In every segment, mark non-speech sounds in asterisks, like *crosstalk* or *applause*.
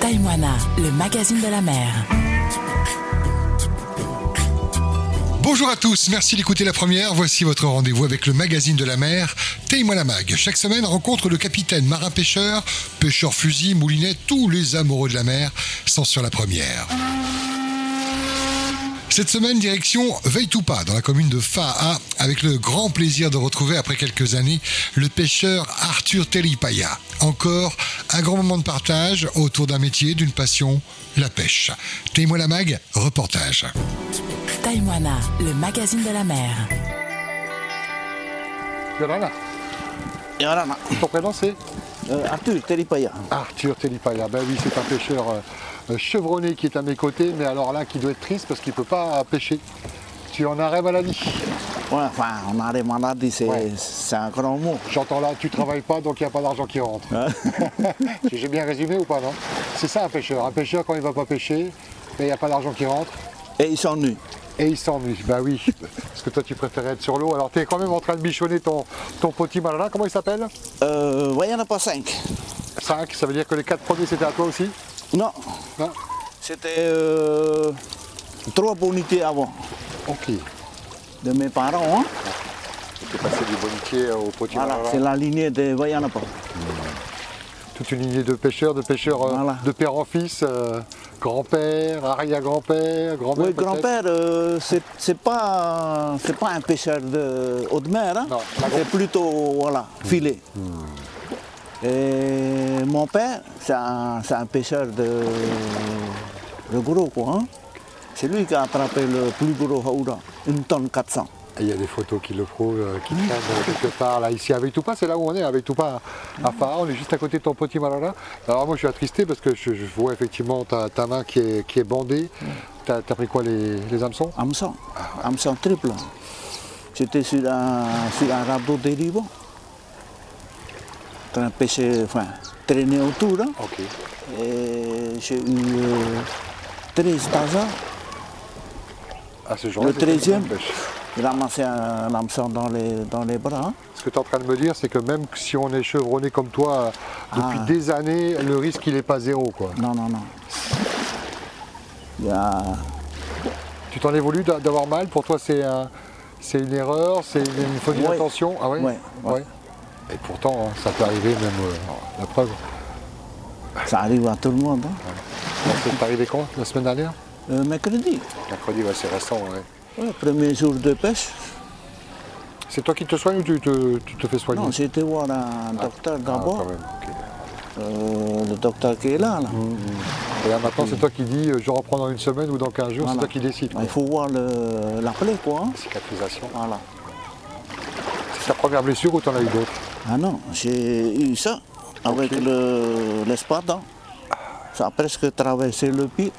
Taïmoana, le magazine de la mer. Bonjour à tous, merci d'écouter la première. Voici votre rendez-vous avec le magazine de la mer, Taille-moi la mag. Chaque semaine, rencontre le capitaine, marin pêcheur, pêcheur fusil, moulinet, tous les amoureux de la mer sont sur la première. Cette semaine, direction Veitoupa, dans la commune de Faha, avec le grand plaisir de retrouver, après quelques années, le pêcheur Arthur Teripaya. Encore un grand moment de partage autour d'un métier, d'une passion, la pêche. Témoin la mag, reportage. Taïmoana, le magazine de la mer. Yolanda, Et voilà, ma- ton prénom c'est euh, Arthur Teripaya. Arthur Telipaya. Ben oui, c'est un pêcheur euh, euh, chevronné qui est à mes côtés, mais alors là, qui doit être triste parce qu'il ne peut pas euh, pêcher. Tu es en arrêt maladie. Ouais, enfin, on a des maladies, c'est Ouais. c'est un grand mot. J'entends là, tu travailles pas, donc il n'y a pas d'argent qui rentre. J'ai bien résumé ou pas, non C'est ça un pêcheur. Un pêcheur, quand il va pas pêcher, ben, il n'y a pas d'argent qui rentre *laughs* Et ils sont nus. et il s'ennuie. Ben oui, parce que toi, tu préférais être sur l'eau. Alors, tu es quand même en train de bichonner ton, ton petit malin. Comment il s'appelle Euh, ouais, il n'y en a pas cinq. 5, ça veut dire que les quatre premiers, c'était à toi aussi Non, Non c'était euh, trois bonités avant Ok. de mes parents. hein. Tu es passé du bonitier au Euh, petit Voilà, malin. c'est la lignée de Vayanapa. toute une lignée de pêcheurs, de pêcheurs euh, Voilà. de père en fils, euh, grand-père, arrière-grand-père, grand-mère. Oui, peut-être grand-père, euh, c'est c'est pas, c'est pas un pêcheur de haute mer, hein. Non, la c'est plutôt voilà, filet. Hmm. Et mon père, c'est un, c'est un pêcheur de, de gros, quoi. hein. C'est lui qui a attrapé le plus gros haoura, une tonne 400. Et Il y a des photos qui le prouvent, euh, qui traînent euh, quelque part, là, ici à Veitoupa, c'est là où on est, à Veitoupa, à Fara, on est juste à côté de ton petit malala. Alors moi je suis attristé parce que je, je vois effectivement ta, ta main qui est, qui est bandée. T'as t'as pris quoi, les, les hameçons hameçon, Ah hameçon triple. J'étais sur un, sur un radeau dérivant, en train de pêcher, enfin, traîner autour. hein. Ok. Et j'ai eu euh, 13 tasas. À ce jour-là, Le c'était une 13e. bonne pêche. J'ai ramassé un hameçon dans les, dans les bras. hein. Ce que tu es en train de me dire, c'est que même si on est chevronné comme toi euh, depuis Ah. des années, le risque il n'est pas zéro quoi. Non, non, non. Il y a- Tu t'en es voulu d'a- d'avoir mal Pour toi, c'est un- c'est une erreur, c'est une, une faute Ouais. d'intention Ah oui Ouais, ouais. Et pourtant, hein, ça peut arriver même, euh, la preuve. Ça arrive à tout le monde. hein. Alors, C'est arrivé quand La semaine dernière Euh, mercredi, Mercredi, ouais, c'est récent, ouais. ouais, premier jour de pêche. C'est toi qui te soignes ou tu te, tu te fais soigner Non, j'ai été voir un docteur Ah, d'abord. quand même, ok. Euh, le docteur qui est là. là. Mmh. Et là, maintenant, c'est toi qui dis euh, je reprends dans une semaine ou dans 15 jours, c'est Voilà. toi qui décides. quoi. Il faut voir le- la plaie, quoi. hein. Cicatrisation. Voilà. Ah, C'est ta première blessure ou t'en as eu d'autres Ah non, j'ai eu ça avec le- l'espadon. ça a presque traversé le pied.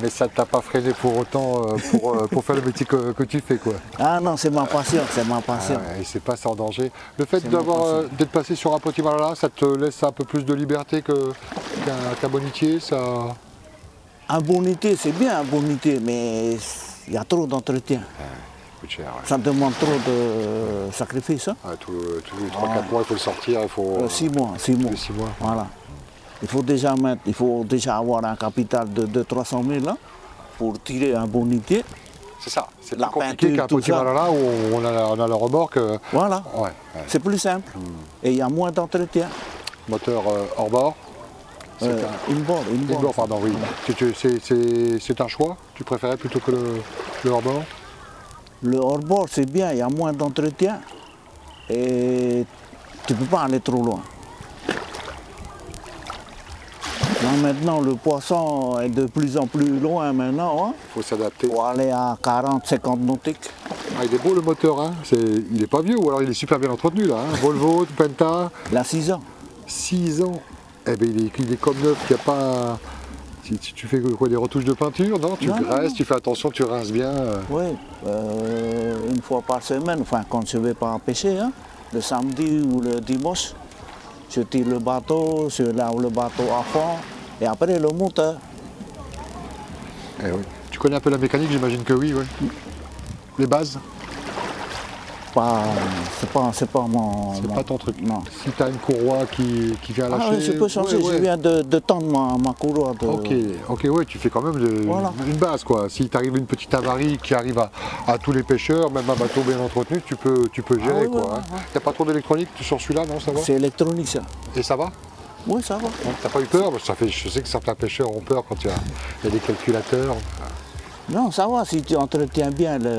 Mais ça ne t'a pas freiné pour autant euh, pour, euh, pour faire le métier que, que tu fais, quoi. Ah non, c'est ma passion, c'est ma passion. Ah Ouais, et c'est pas sans danger. Le fait C'est d'avoir mon euh, d'être passé sur un petit malala, ça te laisse un peu plus de liberté que- qu'un qu'un bonitier, ça. Ah Un bonité, c'est bien un bonité, mais il y a trop d'entretien. coûte cher. Ça demande trop de sacrifices. hein. Ah, tous les 3-4 mois, il faut le sortir, il faut. Ah. Euh, six mois, six mois. les six mois. Voilà. Il faut déjà mettre, il faut déjà avoir un capital de, 300 000 hein, pour tirer un bonité. C'est ça. C'est la plus compliqué peinture, qu'un tout petit ça. malala où on a, on a le remorque. euh, Voilà. Ouais, ouais. C'est plus simple. Hmm. Et il y a moins d'entretien. Moteur euh, hors bord. C'est Euh, un- une bord, une hors bord, bord. pardon, oui. Tu- tu- c'est- C'est c'est un choix Tu préférais plutôt que le, le hors bord Le hors-bord, c'est bien, il y a moins d'entretien. Et tu ne peux pas aller trop loin. Là maintenant, le poisson est de plus en plus loin maintenant. hein. Il faut s'adapter. pour aller à 40, 50 nautiques. Ah, il est beau le moteur, hein. C'est- il n'est pas vieux ou alors il est super bien entretenu là. hein. Volvo, Penta, La 6 ans. 6 ans. Eh ben il est, il est comme neuf, il n'y a pas. Si, si tu fais quoi des retouches de peinture, non Tu Non, non, graisses, non. tu fais attention, tu rinces bien. euh. Oui, euh, une fois par semaine, enfin quand je ne vais pas en pêcher, hein, le samedi ou le dimanche, je tire le bateau, je lave le bateau à fond et après le moteur. Ah, Eh oui. Tu connais un peu la mécanique, j'imagine que oui, ouais. Les bases pas, c'est pas, c'est pas mon. C'est mon- pas ton truc. Non. Si t'as une courroie qui, qui vient Ah lâcher. oui, je peux changer, ouais, ouais. je viens de, de tendre ma, ma courroie. De... Ok, ok, ouais, tu fais quand même de- Voilà. une base quoi. Si t'arrive une petite avarie qui arrive à, à tous les pêcheurs, même un bateau bien entretenu, tu peux, tu peux gérer Ah ouais, quoi. ouais, hein. T'as pas trop d'électronique sur celui-là, non ça va C'est électronique ça. Et ça va Oui, ça va. T'as pas eu peur Parce que ça fait, Je sais que certains pêcheurs ont peur quand il y a, il y a des calculateurs. Non, ça va, si tu entretiens bien le,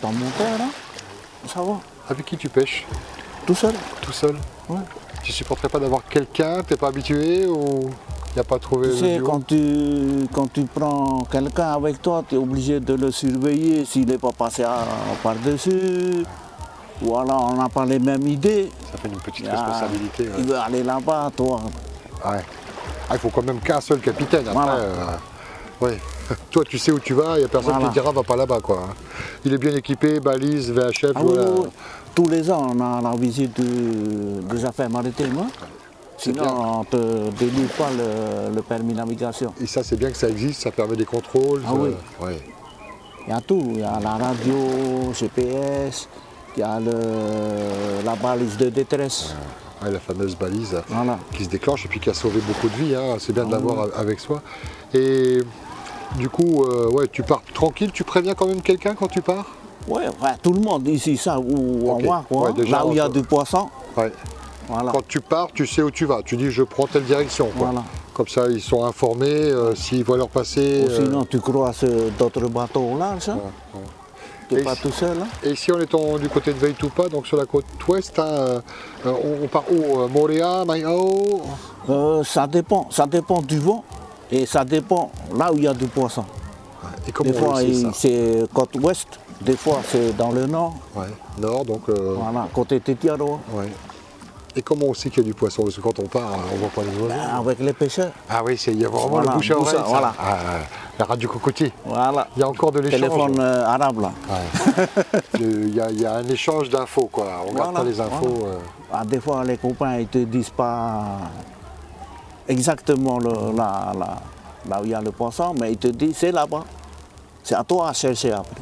ton moteur, hein, ça va. Avec qui tu pêches Tout seul. Tout seul Ouais. Tu supporterais pas d'avoir quelqu'un T'es pas habitué ou y a pas trouvé Tu le sais, duo quand tu, quand tu prends quelqu'un avec toi, tu es obligé de le surveiller s'il n'est pas passé à- par-dessus. Ou alors on n'a pas les mêmes idées. Ça fait une petite Ah, responsabilité. ouais. Il veut aller là-bas, toi. Ouais. Ah, il faut quand même qu'un seul capitaine. Après, Voilà. euh, ouais. *laughs* Toi, tu sais où tu vas, il n'y a personne Voilà. qui te dira va pas là-bas. quoi. hein. Il est bien équipé, balise, VHF. Ah oui, voilà. oui, oui. Tous les ans, on a la visite du- des affaires maritimes. hein. Sinon, bien. on ne te délivre pas le, le permis navigation. Et ça, c'est bien que ça existe, ça permet des contrôles. Ah oui. ouais. Il y a tout. Il y a la radio, GPS, il y a le- la balise de détresse. Ouais, la fameuse balise Voilà. Ah qui se déclenche et puis qui a sauvé beaucoup de vies. hein. C'est bien de l'avoir a- avec soi. Et du coup, euh, ouais, tu pars tranquille, tu préviens quand même quelqu'un quand tu pars Oui, enfin, tout le monde ici, ça, où Ok. on va, quoi, Ouais, hein. déjà, là où il y a on- du poisson. Ouais. Voilà. Quand tu pars, tu sais où tu vas. Tu dis je prends telle direction. quoi. Voilà. Comme ça, ils sont informés euh, s'ils voient leur passer. Ou euh, sinon, tu croises euh, d'autres bateaux au large. hein. Tu Et n'es pas si- tout seul. hein. Et ici, on est en- du côté de Veitoupa, donc sur la côte ouest, hein, euh, euh, on, on part où euh, Moréa, Maïao Euh, ça dépend. Ça dépend du vent et ça dépend là où il y a du poisson. Et comment Des on fois, le sait il- ça c'est côte ouest, des fois, c'est dans le nord. Ouais, Nord, donc. euh, Voilà, côté Tetiaro, ouais. Et comment on sait qu'il y a du poisson Parce que quand on part, euh, on voit pas les oiseaux. hein, avec les pêcheurs. Ah oui, c'est- il y a vraiment Voilà, le bouche à bouche à- oreille. ça. voilà. Ah, la radio cocotier. Voilà. Il y a encore de l'échange. Téléphone euh, arabe là. *laughs* Ouais. Il y, a- il y a un échange d'infos, quoi. On regarde Voilà, pas les infos. euh. Ah, des fois, les copains, ils te disent pas exactement le- là, là- là où il y a le poisson, mais ils te disent c'est là-bas. C'est à toi à chercher après.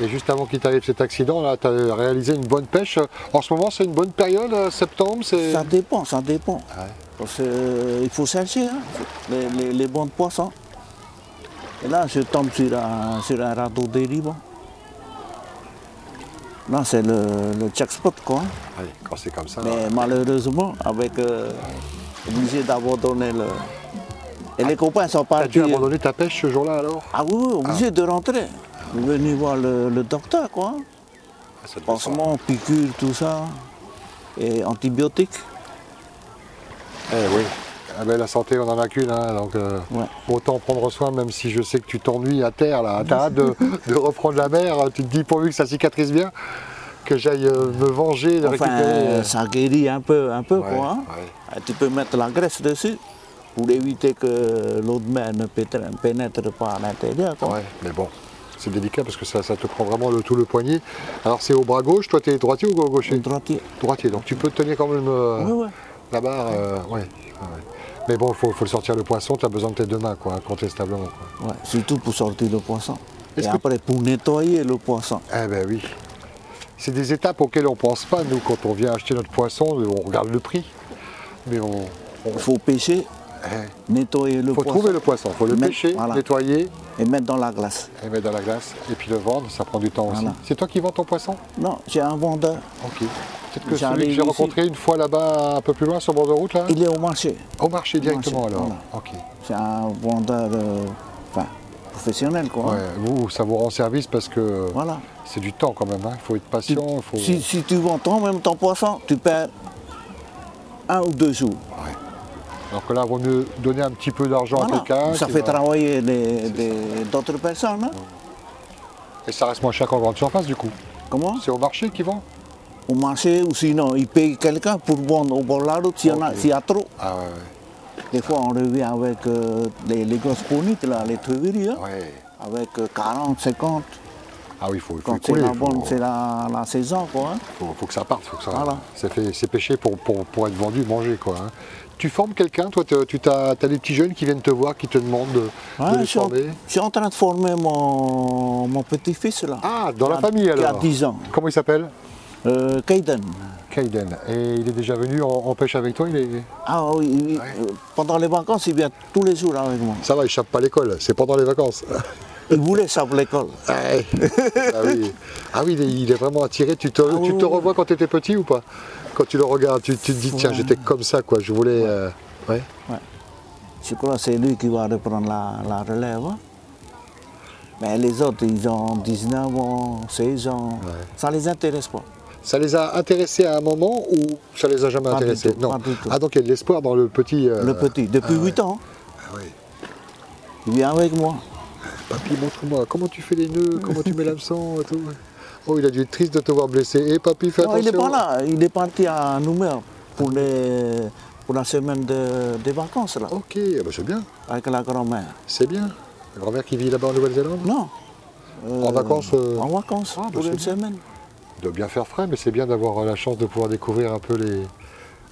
Et juste avant qu'il t'arrive cet accident, là, tu as réalisé une bonne pêche. En ce moment, c'est une bonne période, euh, septembre c'est... Ça dépend, ça dépend. Ouais. Parce qu'il faut chercher hein, les, les, les bons poissons. Et là, je tombe sur un, sur un radeau dérivant. Là, c'est le, le jackpot, quoi. Ouais, quand c'est comme ça. hein. Mais malheureusement, avec euh, obligé d'abandonner le. Et les copains sont T'as partis. dû hein. abandonner ta pêche ce jour-là alors Ah oui, oui, obligé de rentrer. Je suis venu voir le, le docteur, quoi. Pansement, piqûre, tout ça. Et antibiotiques. Eh oui. Ah ben, la santé, on en a qu'une, hein, donc euh, Ouais. autant prendre soin, même si je sais que tu t'ennuies à terre, là. T'as hâte de, de reprendre la mer, tu te dis pourvu que ça cicatrise bien, que j'aille euh, me venger, de Enfin, récupérer. euh, ça guérit un peu, un peu, Ouais, quoi. hein. ouais. Et Tu peux mettre la graisse dessus pour éviter que l'eau de mer ne pétre- pénètre pas à l'intérieur, quoi. Ouais, mais bon, c'est délicat parce que ça, ça te prend vraiment le, tout le poignet. Alors c'est au bras gauche, toi t'es droitier ou gau- Je suis gaucher droitier. Droitier, donc tu peux tenir quand même euh, Ouais, ouais. la barre. euh, ouais, ouais. Mais bon, il faut, faut le sortir le poisson, t'as besoin de tes deux mains, quoi, incontestablement. quoi. Ouais, surtout pour sortir le poisson. Et Est-ce que- après, pour nettoyer le poisson. Eh ben oui. C'est des étapes auxquelles on pense pas, nous, quand on vient acheter notre poisson, euh, on regarde le prix. Mais on. on- Il faut pêcher, nettoyer le Eh. faut poisson. trouver le poisson, faut le Mettre- pêcher, voilà, nettoyer, Et mettre dans la glace. et mettre dans la glace, et puis le vendre, ça prend du temps Voilà. aussi. C'est toi qui vends ton poisson Non, j'ai un vendeur. Ok. Peut-être que J'arrive celui que j'ai ici. rencontré une fois là-bas, un peu plus loin, sur le bord de route, là Il est au marché. Au marché directement, marché, alors. voilà. Ok. C'est un vendeur euh, enfin, professionnel, quoi. Ouais, vous, ça vous rend service parce que Voilà. c'est du temps quand même, il faut être patient, il faut... Si, si tu vends toi-même ton poisson, tu perds un ou deux jours. Alors que là, vaut mieux donner un petit peu d'argent à Voilà. quelqu'un. Ça qui fait va- travailler les- des- d'autres personnes. hein. Et ça reste moins cher qu'en grande surface, du coup. Comment C'est au marché qu'ils vendent Au marché, ou sinon, ils payent quelqu'un pour vendre au bord de la route s'il y, en a- s'il y a trop. Ah ouais, ouais. Des fois, on revient avec euh, les, les grosses poniques, là, les truveries, hein, ouais. avec euh, 40, 50. Ah oui, il faut, il faut Quand c'est écouler, la il faut- bonne, c'est la, la saison, quoi. hein. faut, faut que ça parte, faut que ça. Voilà. C'est fait- c'est pêché pour, pour, pour être vendu, mangé quoi. hein. Tu formes quelqu'un, toi, te- tu as, des petits jeunes qui viennent te voir, qui te demandent de, de Ouais, les je, suis en, former. je suis en train de former mon, mon petit-fils là. Ah, dans la Qui a- famille alors Qui a 10 ans. Comment il s'appelle Euh, Kaiden. Kaiden. Et il est déjà venu en, en pêche avec toi il est... Ah oui, oui, euh, pendant les vacances, il vient tous les jours avec moi. Ça va, il échappe pas à l'école, c'est pendant les vacances. *laughs* Il voulait ça pour l'école. ah, ouais. Ah oui, Ah oui, il est- il est vraiment attiré. Tu te, tu te Ah oui. revois quand tu étais petit ou pas Quand tu le regardes, tu, tu te dis, tiens, j'étais comme ça, quoi, je voulais... euh, ouais. Je crois que c'est lui qui va reprendre la, la relève. hein. Mais les autres, ils ont 19 ans, 16 ans. Ça ne les intéresse pas. Ça les a intéressés à un moment ou ça les a jamais Pas du intéressés tout, Non. pas du tout. Ah donc il y a de l'espoir dans le petit. euh, Le petit, depuis 8 ans, Ah oui. il vient avec moi. Papy, Ah, montre-moi comment tu fais les nœuds, comment tu mets l'hameçon et tout. Oh, il a dû être triste de te voir blessé. Et papy, fais Non, il attention. n'est pas là, il est parti à Nouméa pour, les, pour la semaine de, des vacances, là, Ok, ah bah c'est bien, avec la grand-mère. c'est bien. La grand-mère qui vit là-bas en Nouvelle-Zélande Non, En vacances euh, en vacances, Ah, bah, pour c'est une bien. semaine. Il doit bien faire frais, mais c'est bien d'avoir euh, la chance de pouvoir découvrir un peu les,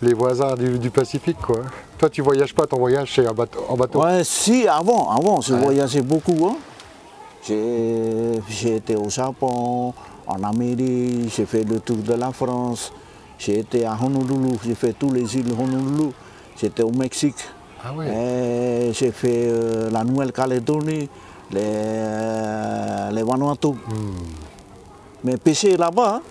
les voisins du, du Pacifique. quoi. Toi, tu voyages pas, ton voyage, c'est en bateau. En bateau. Ouais, si, avant, avant, je voyageais beaucoup. hein. J'ai j'ai été au Japon, en Amérique, j'ai fait le tour de la France, j'ai été à Honolulu, j'ai fait tous les îles Honolulu, j'étais au Mexique, Ah oui. Et j'ai fait euh, la Nouvelle-Calédonie, les, euh, les Vanuatu. Hmm. Mais pêcher là-bas, hein,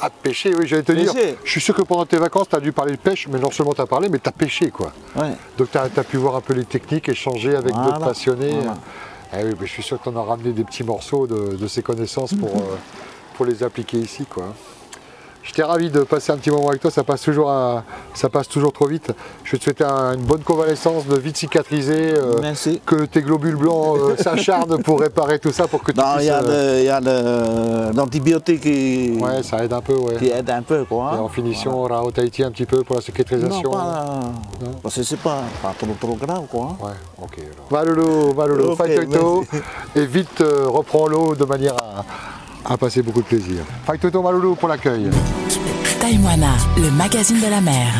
Ah, pêcher, oui, j'allais te dire. Pêcher. Je suis sûr que pendant tes vacances, tu as dû parler de pêche, mais non seulement tu as parlé, mais tu as pêché, quoi. ouais. Donc tu as, pu voir un peu les techniques, échanger avec Voilà, d'autres passionnés. voilà. Eh oui, mais je suis sûr que tu en as ramené des petits morceaux de, de ces connaissances pour, Mhm. euh, pour les appliquer ici. quoi. J'étais ravi de passer un petit moment avec toi, ça passe toujours, à- ça passe toujours trop vite. Je vais te souhaiter un- une bonne convalescence, de vite cicatriser, euh, Merci. que tes globules blancs euh, s'acharnent *laughs* pour réparer tout ça, pour que tu Non, il y puisses, a euh, le- il y a le- l'antibiotique qui, Ouais, ça aide un peu, ouais. qui aide un peu. Quoi, Et en hein. finition, on aura au Tahiti un petit peu pour la Non, cicatrisation. pas, parce que c'est pas, pas trop, trop grave, quoi. Ouais, ok. Alors. Va Loulou, va Loulou, Ok, fight Toto, et vite euh, reprends l'eau de manière à, à passer beaucoup de plaisir. Fight Toto, va Loulou pour l'accueil. Taïwana, le magazine de la mer.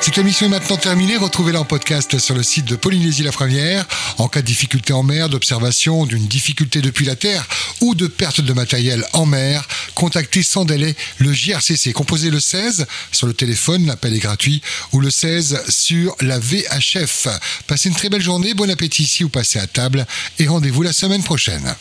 Cette émission est maintenant terminée. Retrouvez-la en podcast sur le site de Polynésie la Première. En cas de difficulté en mer, d'observation, d'une difficulté depuis la terre ou de perte de matériel en mer, contactez sans délai le JRCC. Composez le 16 sur le téléphone, l'appel est gratuit, ou le 16 sur la VHF. Passez une très belle journée, bon appétit si vous passez à table et rendez-vous la semaine prochaine.